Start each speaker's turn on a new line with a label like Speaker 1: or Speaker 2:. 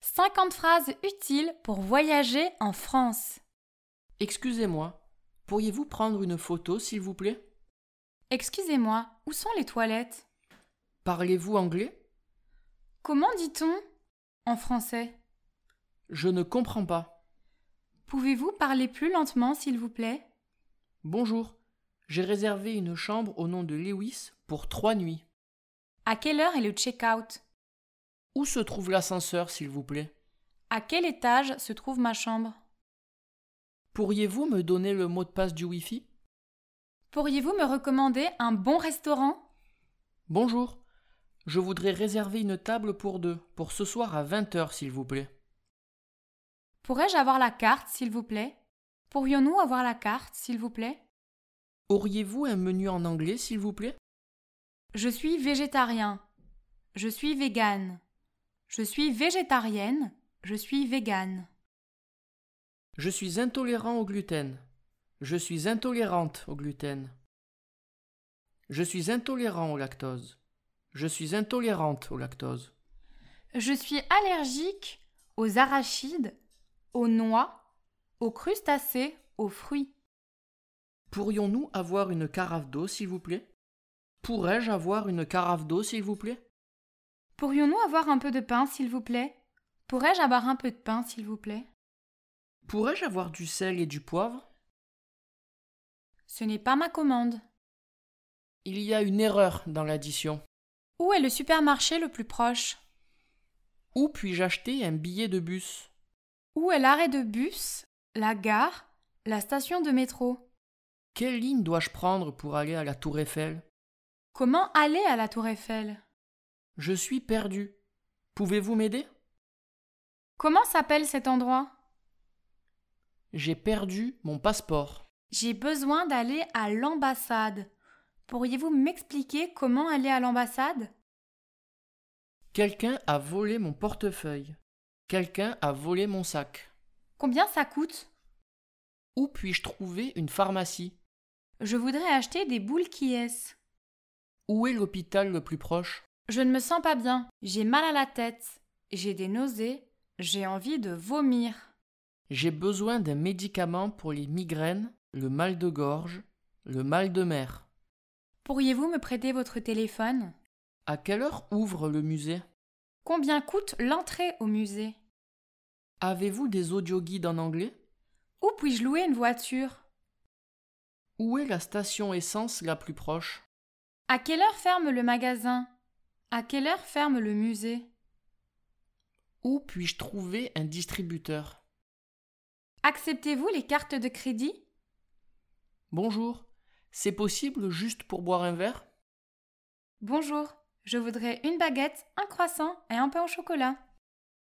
Speaker 1: 50 phrases utiles pour voyager en France.
Speaker 2: Excusez-moi, pourriez-vous prendre une photo, s'il vous plaît
Speaker 1: Excusez-moi, où sont les toilettes
Speaker 2: Parlez-vous anglais
Speaker 1: Comment dit-on en français
Speaker 2: Je ne comprends pas.
Speaker 1: Pouvez-vous parler plus lentement, s'il vous plaît
Speaker 2: Bonjour, j'ai réservé une chambre au nom de Lewis pour trois nuits.
Speaker 1: À quelle heure est le check-out
Speaker 2: Où se trouve l'ascenseur, s'il vous plaît
Speaker 1: À quel étage se trouve ma chambre
Speaker 2: Pourriez-vous me donner le mot de passe du Wi-Fi
Speaker 1: Pourriez-vous me recommander un bon restaurant
Speaker 2: Bonjour, je voudrais réserver une table pour deux, pour ce soir à 20h, s'il vous plaît.
Speaker 1: Pourrais-je avoir la carte, s'il vous plaît Pourrions-nous avoir la carte, s'il vous plaît
Speaker 2: Auriez-vous un menu en anglais, s'il vous plaît
Speaker 1: Je suis végétarien. Je suis végane. Je suis végétarienne. Je suis végane.
Speaker 2: Je suis intolérant au gluten. Je suis intolérante au gluten. Je suis intolérant au lactose. Je suis intolérante au lactose.
Speaker 1: Je suis allergique aux arachides, aux noix, aux crustacés, aux fruits.
Speaker 2: Pourrions-nous avoir une carafe d'eau, s'il vous plaît Pourrais-je avoir une carafe d'eau, s'il vous plaît
Speaker 1: Pourrions-nous avoir un peu de pain, s'il vous plaît Pourrais-je avoir un peu de pain, s'il vous plaît
Speaker 2: Pourrais-je avoir du sel et du poivre
Speaker 1: Ce n'est pas ma commande.
Speaker 2: Il y a une erreur dans l'addition.
Speaker 1: Où est le supermarché le plus proche
Speaker 2: Où puis-je acheter un billet de bus
Speaker 1: Où est l'arrêt de bus, la gare, la station de métro
Speaker 2: Quelle ligne dois-je prendre pour aller à la Tour Eiffel
Speaker 1: Comment aller à la Tour Eiffel
Speaker 2: Je suis perdu. Pouvez-vous m'aider
Speaker 1: Comment s'appelle cet endroit
Speaker 2: J'ai perdu mon passeport.
Speaker 1: J'ai besoin d'aller à l'ambassade. Pourriez-vous m'expliquer comment aller à l'ambassade
Speaker 2: Quelqu'un a volé mon portefeuille. Quelqu'un a volé mon sac.
Speaker 1: Combien ça coûte
Speaker 2: Où puis-je trouver une pharmacie
Speaker 1: Je voudrais acheter des boules qui est.
Speaker 2: Où est l'hôpital le plus proche
Speaker 1: Je ne me sens pas bien. J'ai mal à la tête. J'ai des nausées. J'ai envie de vomir.
Speaker 2: J'ai besoin d'un médicament pour les migraines, le mal de gorge, le mal de mer.
Speaker 1: Pourriez-vous me prêter votre téléphone
Speaker 2: À quelle heure ouvre le musée
Speaker 1: Combien coûte l'entrée au musée
Speaker 2: Avez-vous des audioguides en anglais
Speaker 1: Où puis-je louer une voiture
Speaker 2: Où est la station essence la plus proche
Speaker 1: À quelle heure ferme le magasin À quelle heure ferme le musée
Speaker 2: Où puis-je trouver un distributeur
Speaker 1: Acceptez-vous les cartes de crédit
Speaker 2: Bonjour, c'est possible juste pour boire un verre
Speaker 1: Bonjour, je voudrais une baguette, un croissant et un pain au chocolat.